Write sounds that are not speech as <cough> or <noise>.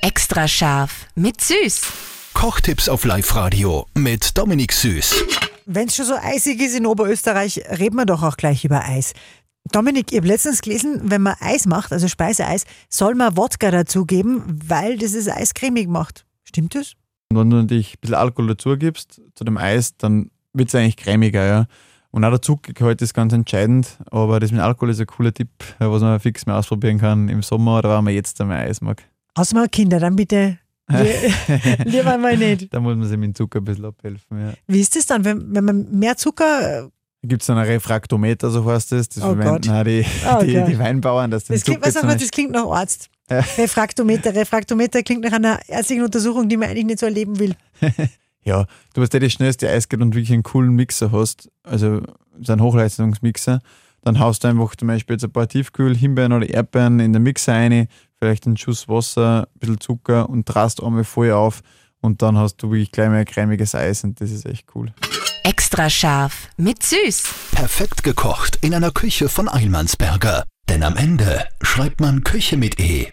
Extra scharf mit Süß. Kochtipps auf Live-Radio mit Dominik Süß. Wenn es schon so eisig ist in Oberösterreich, reden wir doch auch gleich über Eis. Dominik, ich habe letztens gelesen, wenn man Eis macht, also Speiseeis, soll man Wodka dazugeben, weil das das Eis cremig macht. Stimmt das? Und wenn du natürlich ein bisschen Alkohol dazugibst zu dem Eis, dann wird es eigentlich cremiger, ja. Und auch der Zuckergehalt ist ganz entscheidend, aber das mit Alkohol ist ein cooler Tipp, was man fix mal ausprobieren kann im Sommer oder wenn man jetzt einmal Eis mag. <laughs> Außer mal Kinder, dann bitte lie- <laughs> lieber mal nicht. Da muss man sich mit dem Zucker ein bisschen abhelfen, ja. Wie ist das dann, wenn, wenn man mehr Zucker, Da gibt es dann ein Refraktometer, so heißt das. Das Oh verwenden auch die, Oh die, Gott. die Weinbauern, dass den das klingt, Zucker was zum sagt man, Beispiel- das klingt nach Arzt. Refraktometer, Refraktometer klingt nach einer ärztlichen Untersuchung, die man eigentlich nicht so erleben will. Ja, du hast ja das schnellste Eis geht und wirklich einen coolen Mixer hast, also so einen Hochleistungsmixer, dann haust du einfach zum Beispiel jetzt ein paar Tiefkühl, Himbeeren oder Erdbeeren in den Mixer rein, vielleicht einen Schuss Wasser, ein bisschen Zucker und drast einmal voll auf und dann hast du wirklich gleich mal ein cremiges Eis und das ist echt cool. Extra scharf mit Süß. Perfekt gekocht in einer Küche von Eilmannsberger. Denn am Ende schreibt man Küche mit E.